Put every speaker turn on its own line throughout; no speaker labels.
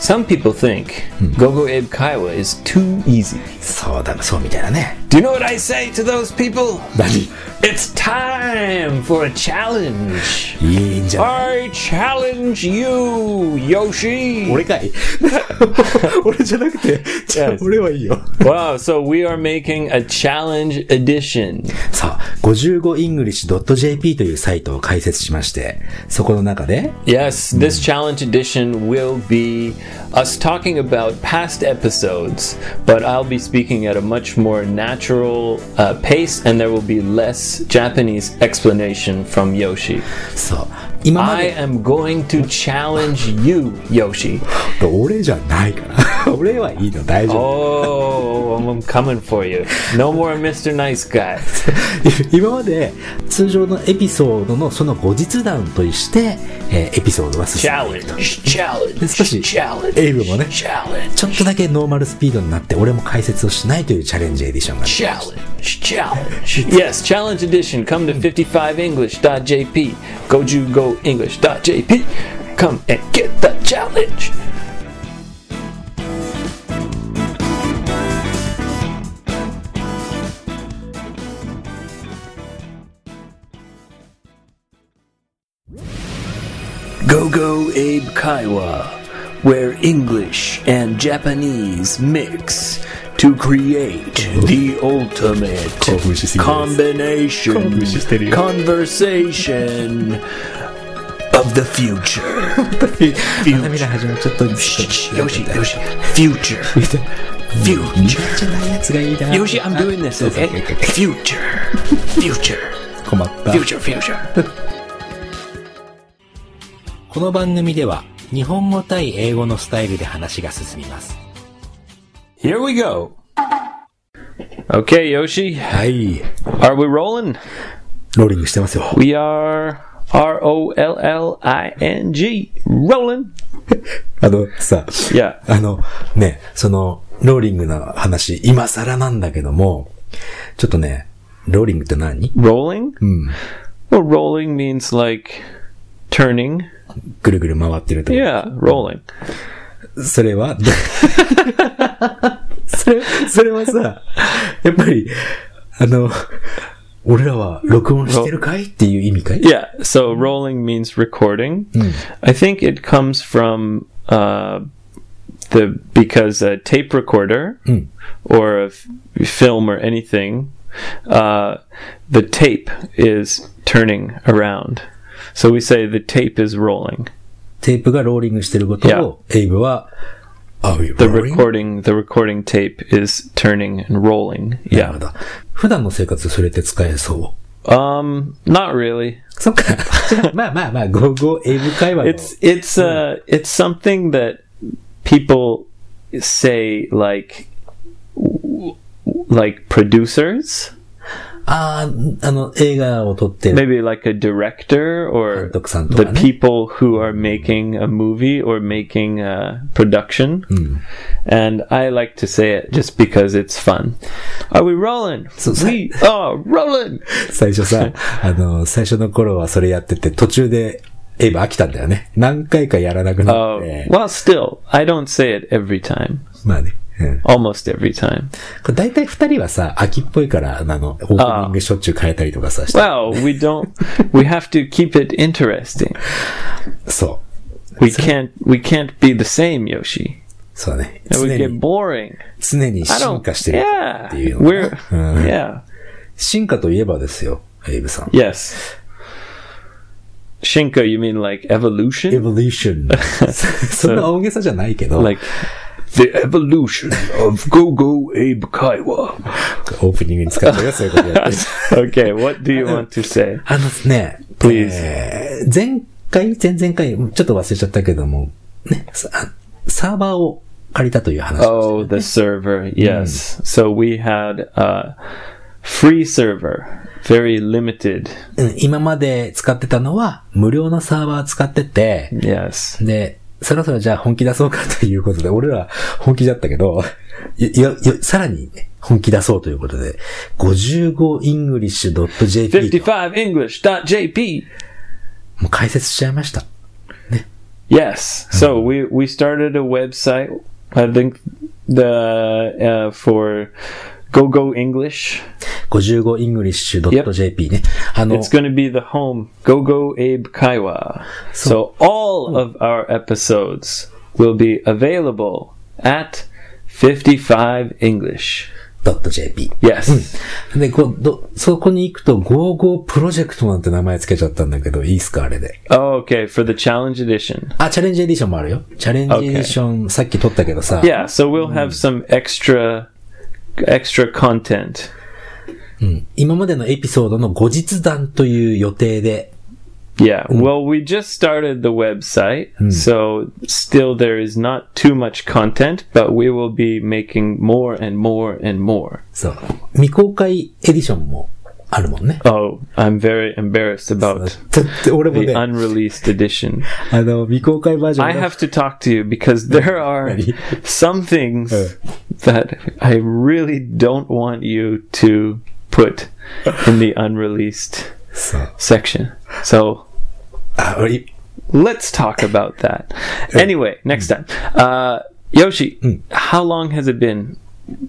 Some people think Gogo Abe Kaiwa is too easy.
そうだなそうみたいなね
Do you know what I say to those people?
何
It's time for a challenge.
いいんじゃない
I challenge you, Yoshi.
俺かい 俺じゃなくてじゃあ俺はいいよ
Wow, so we are making a challenge edition.
さあ 55english.jp というサイトを開設しましてそこの中で
Yes, this challenge edition will be us talking about past episodes, but I'll be speaking at a much more natural uh, pace and there will be less Japanese explanation from Yoshi.
そう今ま
I
で
am going to challenge you, Yoshi.
俺じゃないから 俺はいいの大丈夫
Oh, I'm coming for you. No more Mr. Nice Guy.
今まで通常のエピソードのその後日談として、えーエピソードは進んでいくと
Challenge, challenge,
少し
challenge,
エイブもね
challenge,
ちょっとだけノーマルスピードになって俺も解説をしないというチャレンジエディションが
challenge, challenge. Yes, challenge edition. Come to 55english.jp. Gojugoenglish.jp. Come and get the challenge.
ゴーゴーエイブ会話 where English and Japanese mix to create
Oh.
the ultimate
興奮しすぎです。
combination
興奮してるよ。
conversation of the future.
涙始まっちゃったよし
よしよし future
見
future
じゃないやつがいいな
よし I'm doing this
あそうそう
okay future future
困った
future future
この番組では日本語対英語のスタイルで話が進みます
Here we go. Okay, Yoshi.
はい
Are we rolling?
ローリングしてますよ
We are R O L L I N G. Rolling.
あのさ
Yeah.
あのねそのローリングの話今更なんだけどもちょっとねローリングって何
Rolling?
うん。
Well, rolling means like turning.
ぐるぐる回ってると。
Yeah, rolling.
それは、 それ、それはさ、やっぱり、あの、俺らは録音してるかいっていう意味かい
Yeah, so rolling means recording. I think it comes from uh, the because a tape recorder or a f- film or anything, uh, the tape is turning around. So we say the tape is rolling.
テープがローリングしてることを、エイブは、あ、う
The recording, the recording tape is turning and rolling.
なるほ
Yeah.
ど。普段の生活それって使えそ
Um, not really.
う。そっか。 じゃあまあまあまあ、ゴーゴーエイブ会話の
It's it's uh it's something that people say like w- like producers,
ああ、あの、映画を撮ってる。
maybe like a director or
監督さんとかね。
the people who are making a movie or making a production.
Hmm.
And I like to say it just because it's fun. Are we rolling?
So-
we are rolling.
最初 さ、あの、最初の頃はそれやってて、途中で、エイブ飽きたんだよね。何回かやらなく
Uh,
なって。
Well, still, I don't say it every time.
まあね。うん。
Almost every time.
これ大体二人はさ、秋っぽいから、あの、オープニングしょっちゅう変えたりとかさ、して。
Well, we don't. we have to keep it interesting.
そう。
We can't. We can't be the same, Yoshi.
そうだね。
That
常
would get、
に
boring.
常に
I
進
don't.
化してるってい
Yeah.
うのね
We're.
Uh-huh.
うん
Yeah.
進化といえばですよ、エイブさん。
Yes. Shinka, you mean like evolution?
エボリュー ション。そんな大げさじゃないけど、
like
the evolution of Gogo Abe Kaiwa
オープニングに使ってるよ、そういうことやってる。
okay, what do you want to say?
あのね、
Please.
えー前回、前々回、ちょっと忘れちゃったけども、ね、さサーバーを借りたという話。
Oh, the server. Yes. So we had a free server, very limited.
うん今まで使ってたのは、無料のサーバー使ってて、
Yes.
で、そろそろじゃあ本気出そうかということで、俺ら本気だったけど、いいや、いやさらに本気出そうということで、55english.jp
55english.jp.
もう解説しちゃいました。
Yes. So we we started a website. I think the uh, for Go Go English.
55english.jp ね。あの
It's、going to be the home Go Go Abe Kaiwa. So, all of our episodes will be available at 55 English.
.jp。
Yes.
で、こう、ど、そこに行くと、55プロジェクトなんて名前つけちゃったんだけど、いいっすかあれで。
Oh, okay, for the challenge edition.
あ、チャレンジエディションもあるよ。チャレンジエディション、さっき撮ったけどさ。
Yeah, so we'll have some extra extra content.
今までのエピソードの後日談という予定で、
Yeah. Well, we just started the website, so still there is not too much content, but we will be making more and more and more.
そう、未公開エディションもあるもんね。
Oh, I'm very embarrassed about
だって俺も
the
ね、あ
unreleased edition.
の、未公開バージョ
I
ンの
have to talk to you because there are
Ready?
some things
Uh.
that I really don't want you to put in the unreleased
そう。
section. So
あ、俺、い
let's talk about that. Anyway, next time. Uh, Yoshi, how long has it been?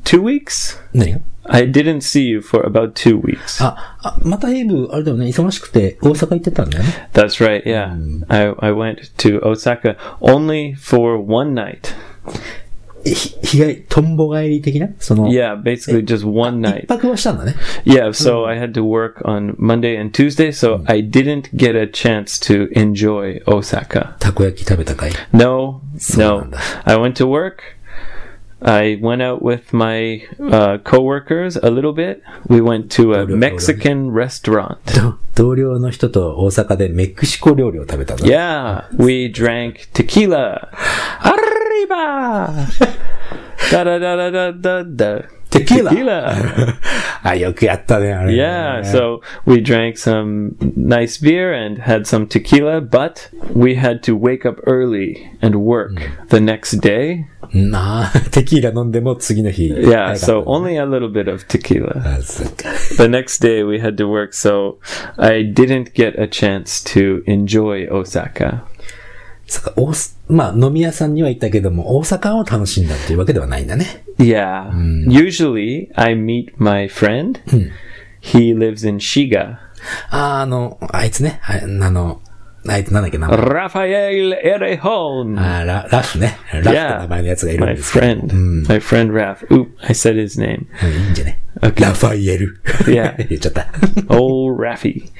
Two weeks?
何が
I didn't see you for about two weeks.
あ、あ、またエイブ、あれだよね、忙しくて大阪行ってたんだよね。
That's right, yeah. I, I went to Osaka only for one night.
ひ、被害、とんぼ帰り的なその、
Yeah, basically just one
一
night.
泊はしたんだね。
Yeah, so I had to work on Monday and Tuesday, so I didn't get a chance to enjoy Osaka.
たこ焼き食べたかい
No, no.
Sonda.
I went to work. I went out with my uh, coworkers a little bit. We went to a
Totally.
Mexican restaurant.
と同僚の人と大阪でメキシコ料理を食べたんだ。
Yeah, we drank tequila. Arriba! da da da da da da da.
テキーラ
Tequila.
あ、よくやったね、あれ。
Yeah, so we drank some nice beer and had some tequila, but we had to wake up early and work the next day.
なあ、テキーラ飲んでも次の日。
Yeah,
早かったね
so only a little bit of tequila.
あそっか
The next day we had to work, so I didn't get a chance to enjoy Osaka.
そっか、おすまあ、飲み屋さんには行ったけども、大阪を楽しんだっていうわけではないんだね。
Yeah, usually I meet my friend. He lives in Shiga.
あー、あの、あいつね、ああの、あいつなんだっけな。あ
Rafael Erejón.
ーララフね。ラフって名前のやつがいるん
my
ですけど。
friend, my friend Raph. Oop, I said his name.
うんいいんじゃね。
Okay.
ラファイエル。
Yeah.
言っちゃった。
Old Raffy.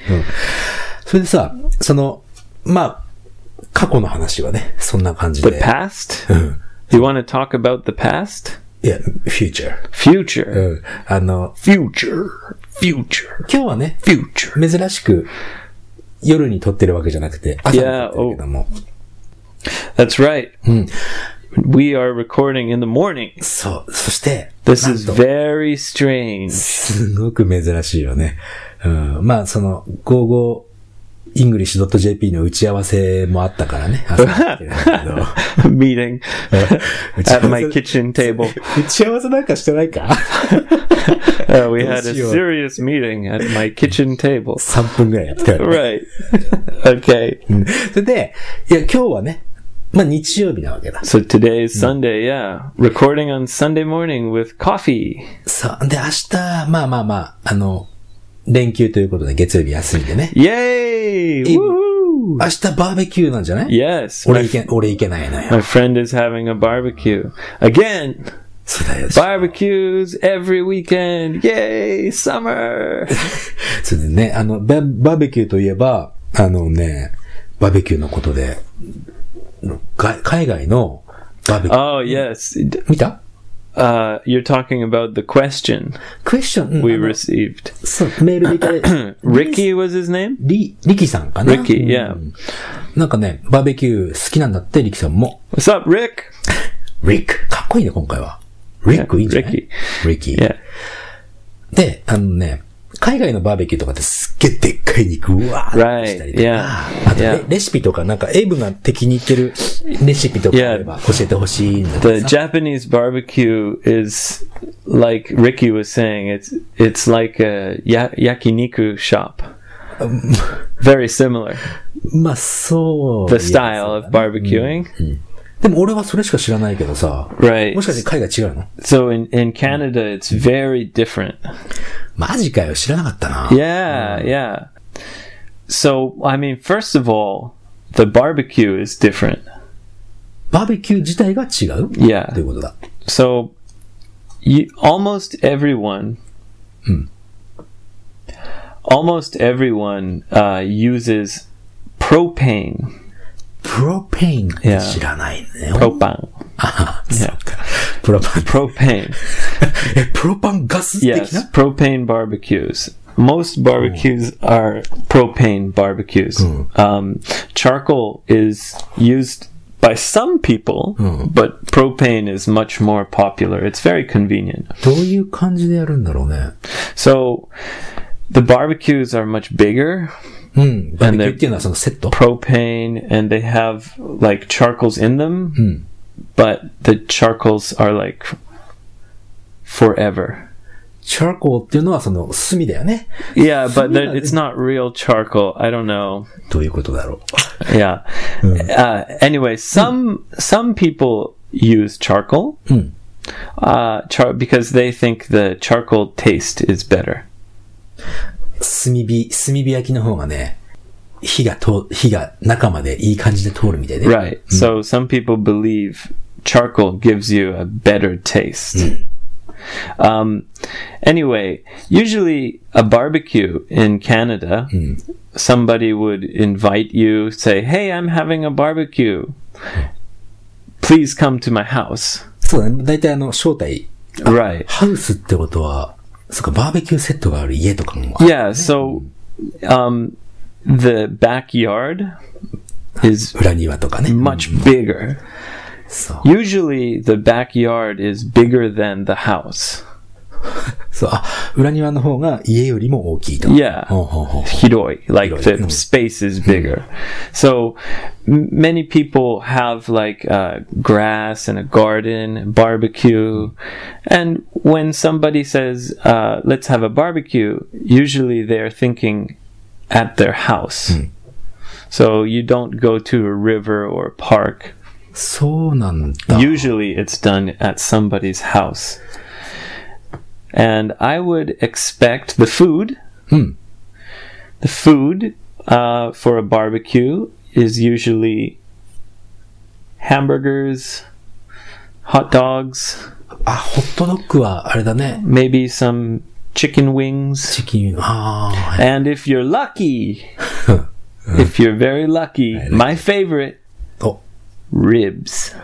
それでさ、その、まあ、過去の話はね、そんな感じ
The
で。
past?
うん。
You want to talk about the past?
いや、フューチャー。
Future.
うん。あの、
Future. Future.
今日はね、
Future.
珍しく夜に撮ってるわけじゃなくて、朝に撮ってるけども。
That's right. We are recording in the morning.
そう。そして、
This
なん
is
と
very strange.
すごく珍しいよね。うん。まあ、その、55 english.jp の打ち合わせもあったから ね。朝に撮ってるんだけど
Meeting
打ち合
at
わ
my
せ
kitchen table.
打ち合わせなんかしてないか
Uh, we had a
Dossier.
serious meeting at my kitchen table.
3分ぐらいやってたよね
Right. Okay.
うんそれで、いや、今日はね、まあ日曜日なわけだ。
So today is Sunday, yeah. Recording on Sunday morning with coffee.
そう。で、明日、まあまあまあ、あの、連休ということで月曜日休みでね。
Yay! Woohoo!
明日バーベキューなんじゃない
Yes.
俺
My,
いけ、俺いけないのよ。
my friend is having a barbecue. Again,
そうだよ。
barbecues every weekend. Yay, summer.
それでね、あの、ババーベキューといえば、あのね、バーベキューのことで、が海外のバーベキュー。
Oh, yes.
見た
Uh, you're talking about the question
クエスチョン、うん
we
あの
received.
そう、メールでいただい
Ricky was his name?
リ、リキさんかな
Ricky,
うん
yeah.
なんかね、バーベキュー好きなんだって、リキさんも。
What's up, Rick?
リック。かっこいいね、今回は。リック
Yeah,
いいんじゃないリッキー。
Yeah.
で、あのね、海外のバーベキューとかってすっげえでっかい肉うわーってしたりとか、
Right. Yeah.
あとレ
Yeah.
レシピとかなんかエイブが敵に入ってるレシピとかあれば教えてほしいんだけ
The
どさ
Japanese barbecue is like Ricky was saying. It's it's like a ya- yakiniku shop. very similar.
まあ、そう。
The style of barbecuing.
でも俺はそれしか知らないけどさ。
Right.
もしかして海外違うの
So in, in Canada, it's very different.
マジかよ、知らなかったな。
Yeah, yeah. So, I mean, first of all, the barbecue is different.
バーベキュー自体が違うと
Yeah.
いうことだ。
So, you, almost everyone, almost everyone uh, uses propane.
プロペインって知らないね。
Propane.
ああ、そ
Yeah.
うか。プロパン。
Propane.
え、プロパンガス的な、
Yes, propane barbecues. Most barbecues are propane barbecues. Um, charcoal is used by some people, but propane is much more popular. It's very convenient.
どういう感じでやるんだろうね。
So the barbecues are much bigger,
うん。バーベキューっていうのはそのセット
propane, and they have like charcoals in them, but the charcoals are like forever.
チャーコーっていうのはその炭だよね。
Yeah, but they're-
Yeah.
it's not real charcoal. I don't know.
どういうことだろう。
Yeah. Uh, anyway, some some people use charcoal uh, char- because they think the charcoal taste is better.
炭火、炭火焼きの方がね、火が通、火が中までいい感じで通るみたいで。
Right. So some people believe charcoal gives you a better taste. Um, anyway, usually a barbecue in Canada, somebody would invite you, say, "Hey, I'm having a barbecue. Please come to my house."
そうだね。大体あの、招待、
Right.
ハウスってことは、そっか、バーベキューセットがある家とかも。
Yeah, so um, the backyard is
裏庭とかね。
much bigger.
そう。
Usually, the backyard is bigger than the house.
そう、あ、裏庭の方が家よりも大きいと。
Yeah.
ほうほうほう
Hiroi, like
Hiroi,
the
mm.
space is bigger. So m- many people have like uh, grass and a garden, and barbecue. And when somebody says, uh, let's have a barbecue, usually they're thinking at their house. So you don't go to a river or a park.
そうなんだ。
Usually it's done at somebody's house. And I would expect the food.
Hmm.
The food uh, for a barbecue is usually hamburgers, hot dogs,
あ、ホットドッグはあれだね。
maybe some chicken wings.
チキン、ああ、はい
And if you're lucky, if you're very lucky, my favorite Oh.
お
ribs.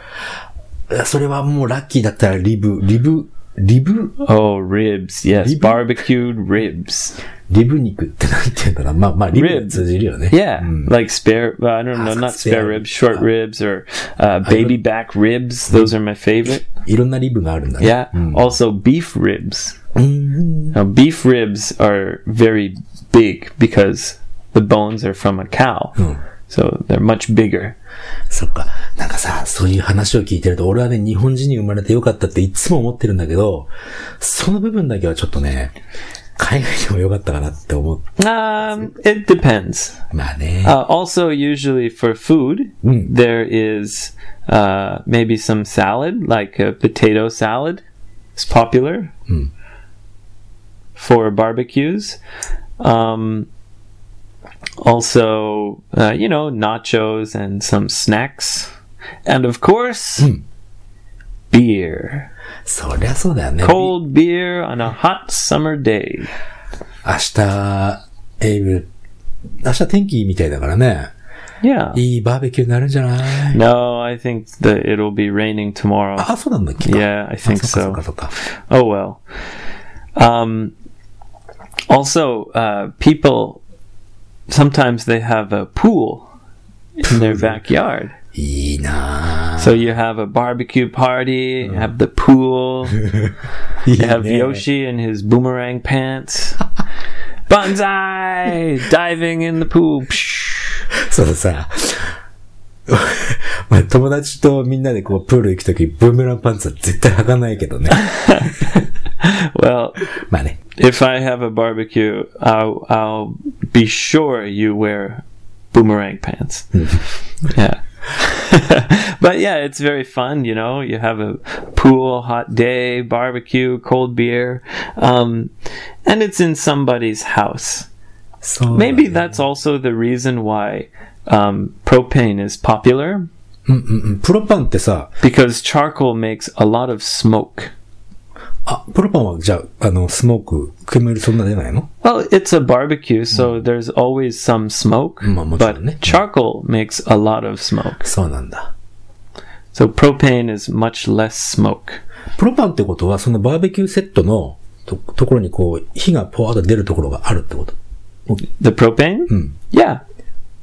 それはもうラッキーだったらリブ、リブ、リブ、
Oh, ribs. Yes,
Rib-
barbecued ribs.
リブ肉ってなんて言うんだろう。まあまあ、リブに通じるよね。
Yeah, like spare. Well, I don't know,
Ah,
Hmm. not
spare
spare,
ribs.
ribs, short
Ah.
ribs, or uh, baby back ribs. Those are my favorite.
いろんなリブがあるんだね。
Yeah. Also, beef ribs.
うん。
Now, beef ribs are very big because the bones are from a cow, so they're much bigger.
そっか。なんかさ、そういう話を聞いてると、俺はね、日本人に生まれてよかったっていつも思ってるんだけど、その部分だけはちょっとね、海外でもよかったかなって思う。
Um, it depends.
まあね。
Uh, also, usually for food, there is uh, maybe some salad, like a potato salad. It's popular for barbecues. Um, also, uh, you know, nachos and some snacks. And of course, beer.
そりゃそうだよね。明
Cold beer on a hot summer day.
日、エイブ、明日天気みたいだからね。
Yeah.
いいバーベキューになるんじゃない
No, I think that it'll be raining tomorrow.
あ、そうなんだっけ
Yeah, I
あ
think
そっ
so.
かそっかそっか。
Oh well. Um, also, uh, people sometimes they have a pool in their backyard.
いいなぁ。
So you have a barbecue party, you have the pool, you
いいね
have Yoshi in his boomerang pants. Bonsai diving in the pool. Psh.
そのさ、 まあ友達とみんなでこうプール行くとき、ブーメランパンツは絶対履かないけどね。
Well,
まあね。
if I have a barbecue, I'll, I'll be sure you wear boomerang pants. yeah. but yeah, it's very fun, you know. You have a pool, hot day, barbecue, cold beer, um, and it's in somebody's house.
そう。
Maybe that's also the reason why um, propane is popular
うんうんうん。プロパンってさ、
because charcoal makes a lot of smoke.
あ、プロパンはじゃあ、あの、スモーク、煙そんな出ないの
Well, it's a barbecue, so there's always some smoke,
まあ、もちろんね。
but charcoal makes a lot of smoke.
そうなんだ。
So propane is much less smoke.
プロパンってことは、そのバーベキューセットのとところにこう、火がポワーッと出るところがあるってこと
The propane? Yeah.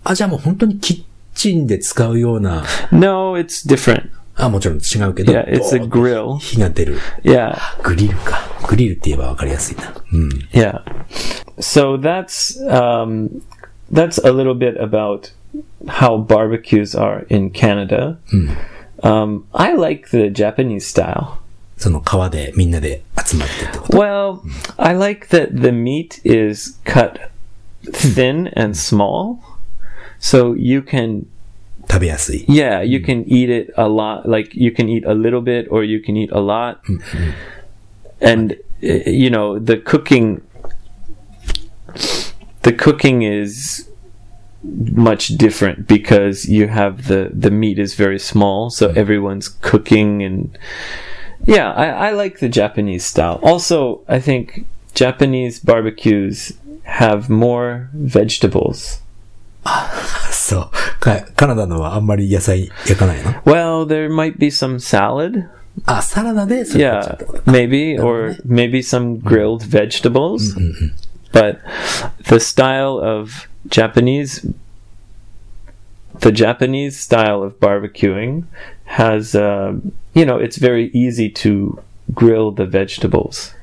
あ、じゃあもう本当にキッチンで使うような、
No, it's different.
あ、もちろん違うけど、
Yeah, it's a
ドーン
grill.
火が出る。
Yeah.
グリルか。グリルって言えばわかりやすいな。うん。
Yeah. So that's um, that's a little bit about how barbecues are in Canada. Um, I like the Japanese style.
その川でみんなで集まってってこと。
Well, I like that the meat is cut thin and small, so you can
食べやすい。
yeah you can eat it a lot. Like you can eat a little bit, or you can eat a lot, and uh, you know the cooking. The cooking is much different because you have the the meat is very small, so everyone's cooking and yeah, I, I like the Japanese style. Also, I think Japanese barbecues have more vegetables.
そう。かカナダのはあんまり野菜焼かないの
Well, there might be some salad.
あ、サラダでそれやっちゃ
Yeah,
ったこと。
maybe, or maybe some grilled vegetables. But the style of Japanese, the Japanese style of barbecuing has, uh, you know, it's very easy to grill the vegetables.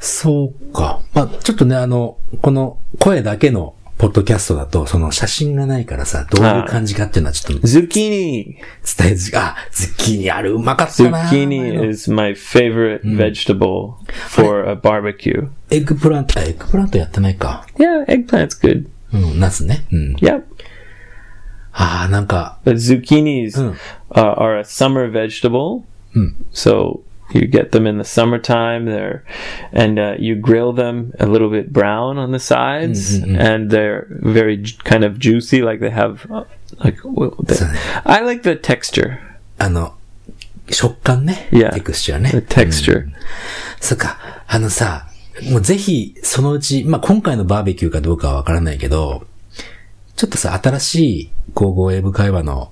そうか。まあちょっとね、あの、この声だけのポッドキャストだと、その写真がないからさ、どういう感じかっていうのはちょっと
Zucchini!
伝えず、あ、ズッキーニある、うまかったな。前
Zucchini
の
is my favorite vegetable for a barbecue.
エッグプラント、あエッグプラントやってないか。
Yeah, eggplant's good.
うん、ナスね。うん。
Yep.
ああ、なんか、
But zucchinis
Mm.
uh, are a summer vegetable,
Mm.
so you get them in the summertime. They're and uh, you grill them a little bit brown on the sides, and they're very ju- kind of juicy. Like they have uh, like well, they-
So-
I like the texture.
あの、食感ね。
Yeah.
テクスチャーね。
The texture.
そっか、あのさ、もうぜひ、そのうち、まあ、今回のバーベキューかどうかはわからないけど、ちょっとさ、新しい高校英語会話の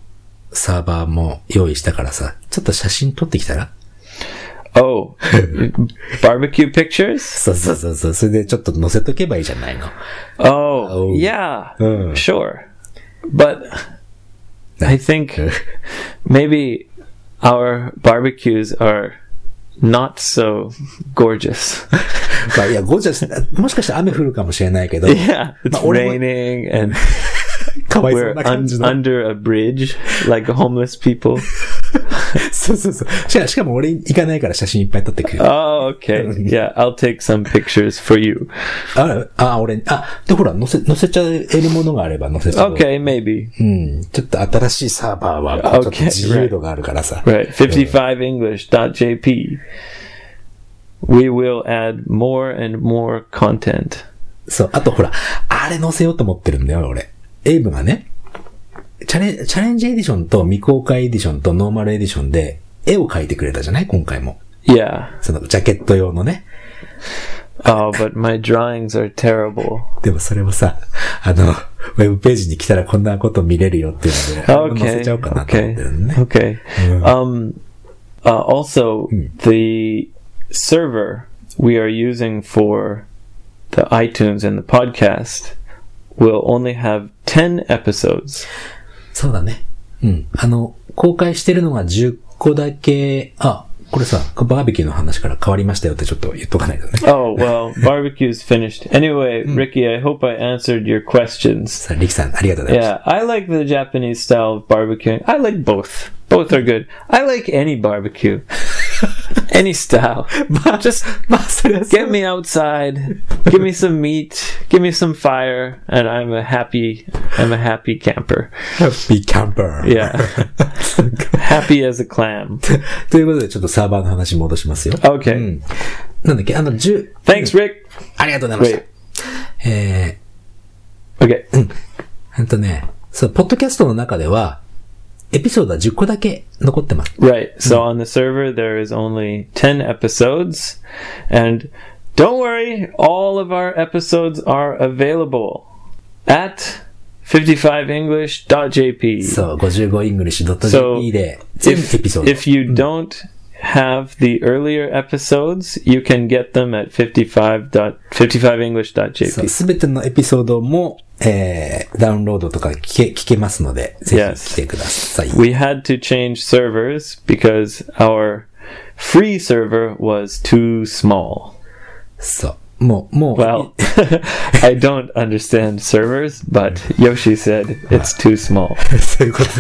サーバーも用意したからさ、ちょっと写真撮ってきたら
Oh, barbecue pictures.
そうそうそうそう、それでちょっと載せとけばいいじゃない の。
Oh,
Oh.
yeah,
Mm.
sure. But I think maybe our barbecues are not so gorgeous.
まあ、いや、ゴージャス、もしかしたら雨降るかもしれないけど、
yeah, it's
But what am I-
raining and
かわいそう
we're
な
un-
感じの。
under a bridge like homeless people.
そうそうそう。しかしかも俺行かないから写真いっぱい撮ってくる。
Oh, okay. Yeah, I'll take some pictures for you.
あ、あ、俺、あ、で、ほら、載せ、載せちゃえるものがあれば載せちゃおう。
Okay, maybe.
うん。ちょっと新しいサーバーは、ちょっと
Okay,
自由度があるからさ。
Right. 55english.jp. We will add more and more content.
そう。あとほら、あれ載せようと思ってるんだよ、俺。エイブがね、チャレンチャレンジエディションと未公開エディションとノーマルエディションで、絵を描いてくれたじゃない今回も。
Yeah.
その、ジャケット用のね。
Oh, but my drawings are terrible.
でもそれもさ、あの、ウェブページに来たらこんなこと見れるよっていうので、あれも載
Okay.
せちゃおうかなと思ってるのね。
Okay. Um, uh, also, the server we are using for the iTunes and the podcast will only have 10 episodes.
そうだね。うん。あの、公開してるのが10個だけ、あ、これさ、バーベキューの話から変わりましたよってちょっと言っとかない とね。
Oh, well, barbecue's finished. Anyway, Ricky, I hope I answered your questions.
さあ、リキさん、ありがとうございま
Yeah, I like the Japanese style of barbecuing. I like both. Both are good. I like any barbecue. Any style.
まあ、
Just
まあ、それはそう
get me outside. give me some meat. Give me some fire, and I'm a happy. I'm a happy camper.
Happy Camper.
Yeah, happy as a clam.
ということで、ちょっとサーバーの話戻しますよ。
Okay.
うん。なんだっけ、あの、10。
Thanks, Rick.
ありがとうござい
Wait.
ました。え
Okay.
ー、ほんとね、そう、ポッドキャストの中では、エピソードは10個だけ残ってます。
Right. So on the server, there is only 10 episodes. And don't worry, all of our episodes are available at 55english.jp.
そう、55english.jp で、全部エピ
If,
ソード。
if you don't have the earlier episodes, you can get them at 55. 55english.jp.
すべてのエピソードも、えー、ダウンロードとか聞け、聞けますので、ぜ
Yes.
ひ来てください。
we had to change servers because our free server was too small.
そう。もう、もう、
Well, I don't understand servers, but Yoshi said it's too small.
そういう こと。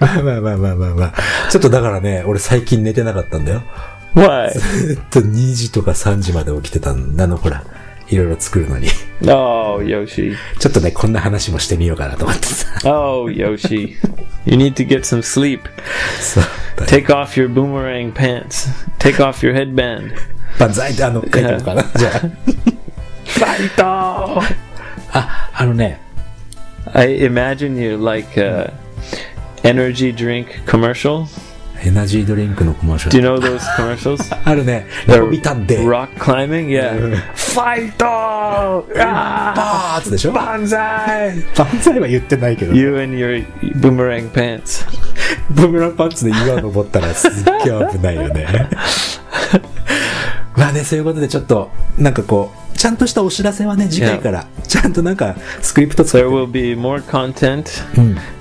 まあまあまあまあまあまあ。ちょっとだからね、俺最近寝てなかったんだよ。
Why?
ずっと2時とか3時まで起きてたんだの、ほら。いろいろ作るのに。
Oh, Yoshi.
ちょっとね、こんな話もしてみようかなと思ってさ。
Oh, Yoshi. You need to get some sleep.
そう。
Take off your boomerang pants. Take off your headband.
万歳ってあの、書いてるかな。じゃ
Faito!
あ、あのね、
I imagine you like a energy drink commercial.
エナジードリンクのコマーシャ
Do
ル。
you know those commercials?
あるね、
They're
伸びたんで、
rock climbing, yeah. Faito! Ah!
バーツでしょ万
Banzai!
歳は言ってないけど。
You and your boomerang pants.
ブーメランパンツで岩登ったらすっげえ危ないよね。 まあね、そういうことでちょっと、なんかこう、ちゃんとしたお知らせはね、次回から、ちゃんとなんか、スクリプト作
There
る。
will be more content.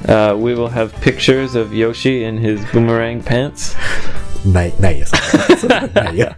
Uh, we will have pictures of Yoshi in his boomerang pants.
ない、ないよ。そんなのないよ。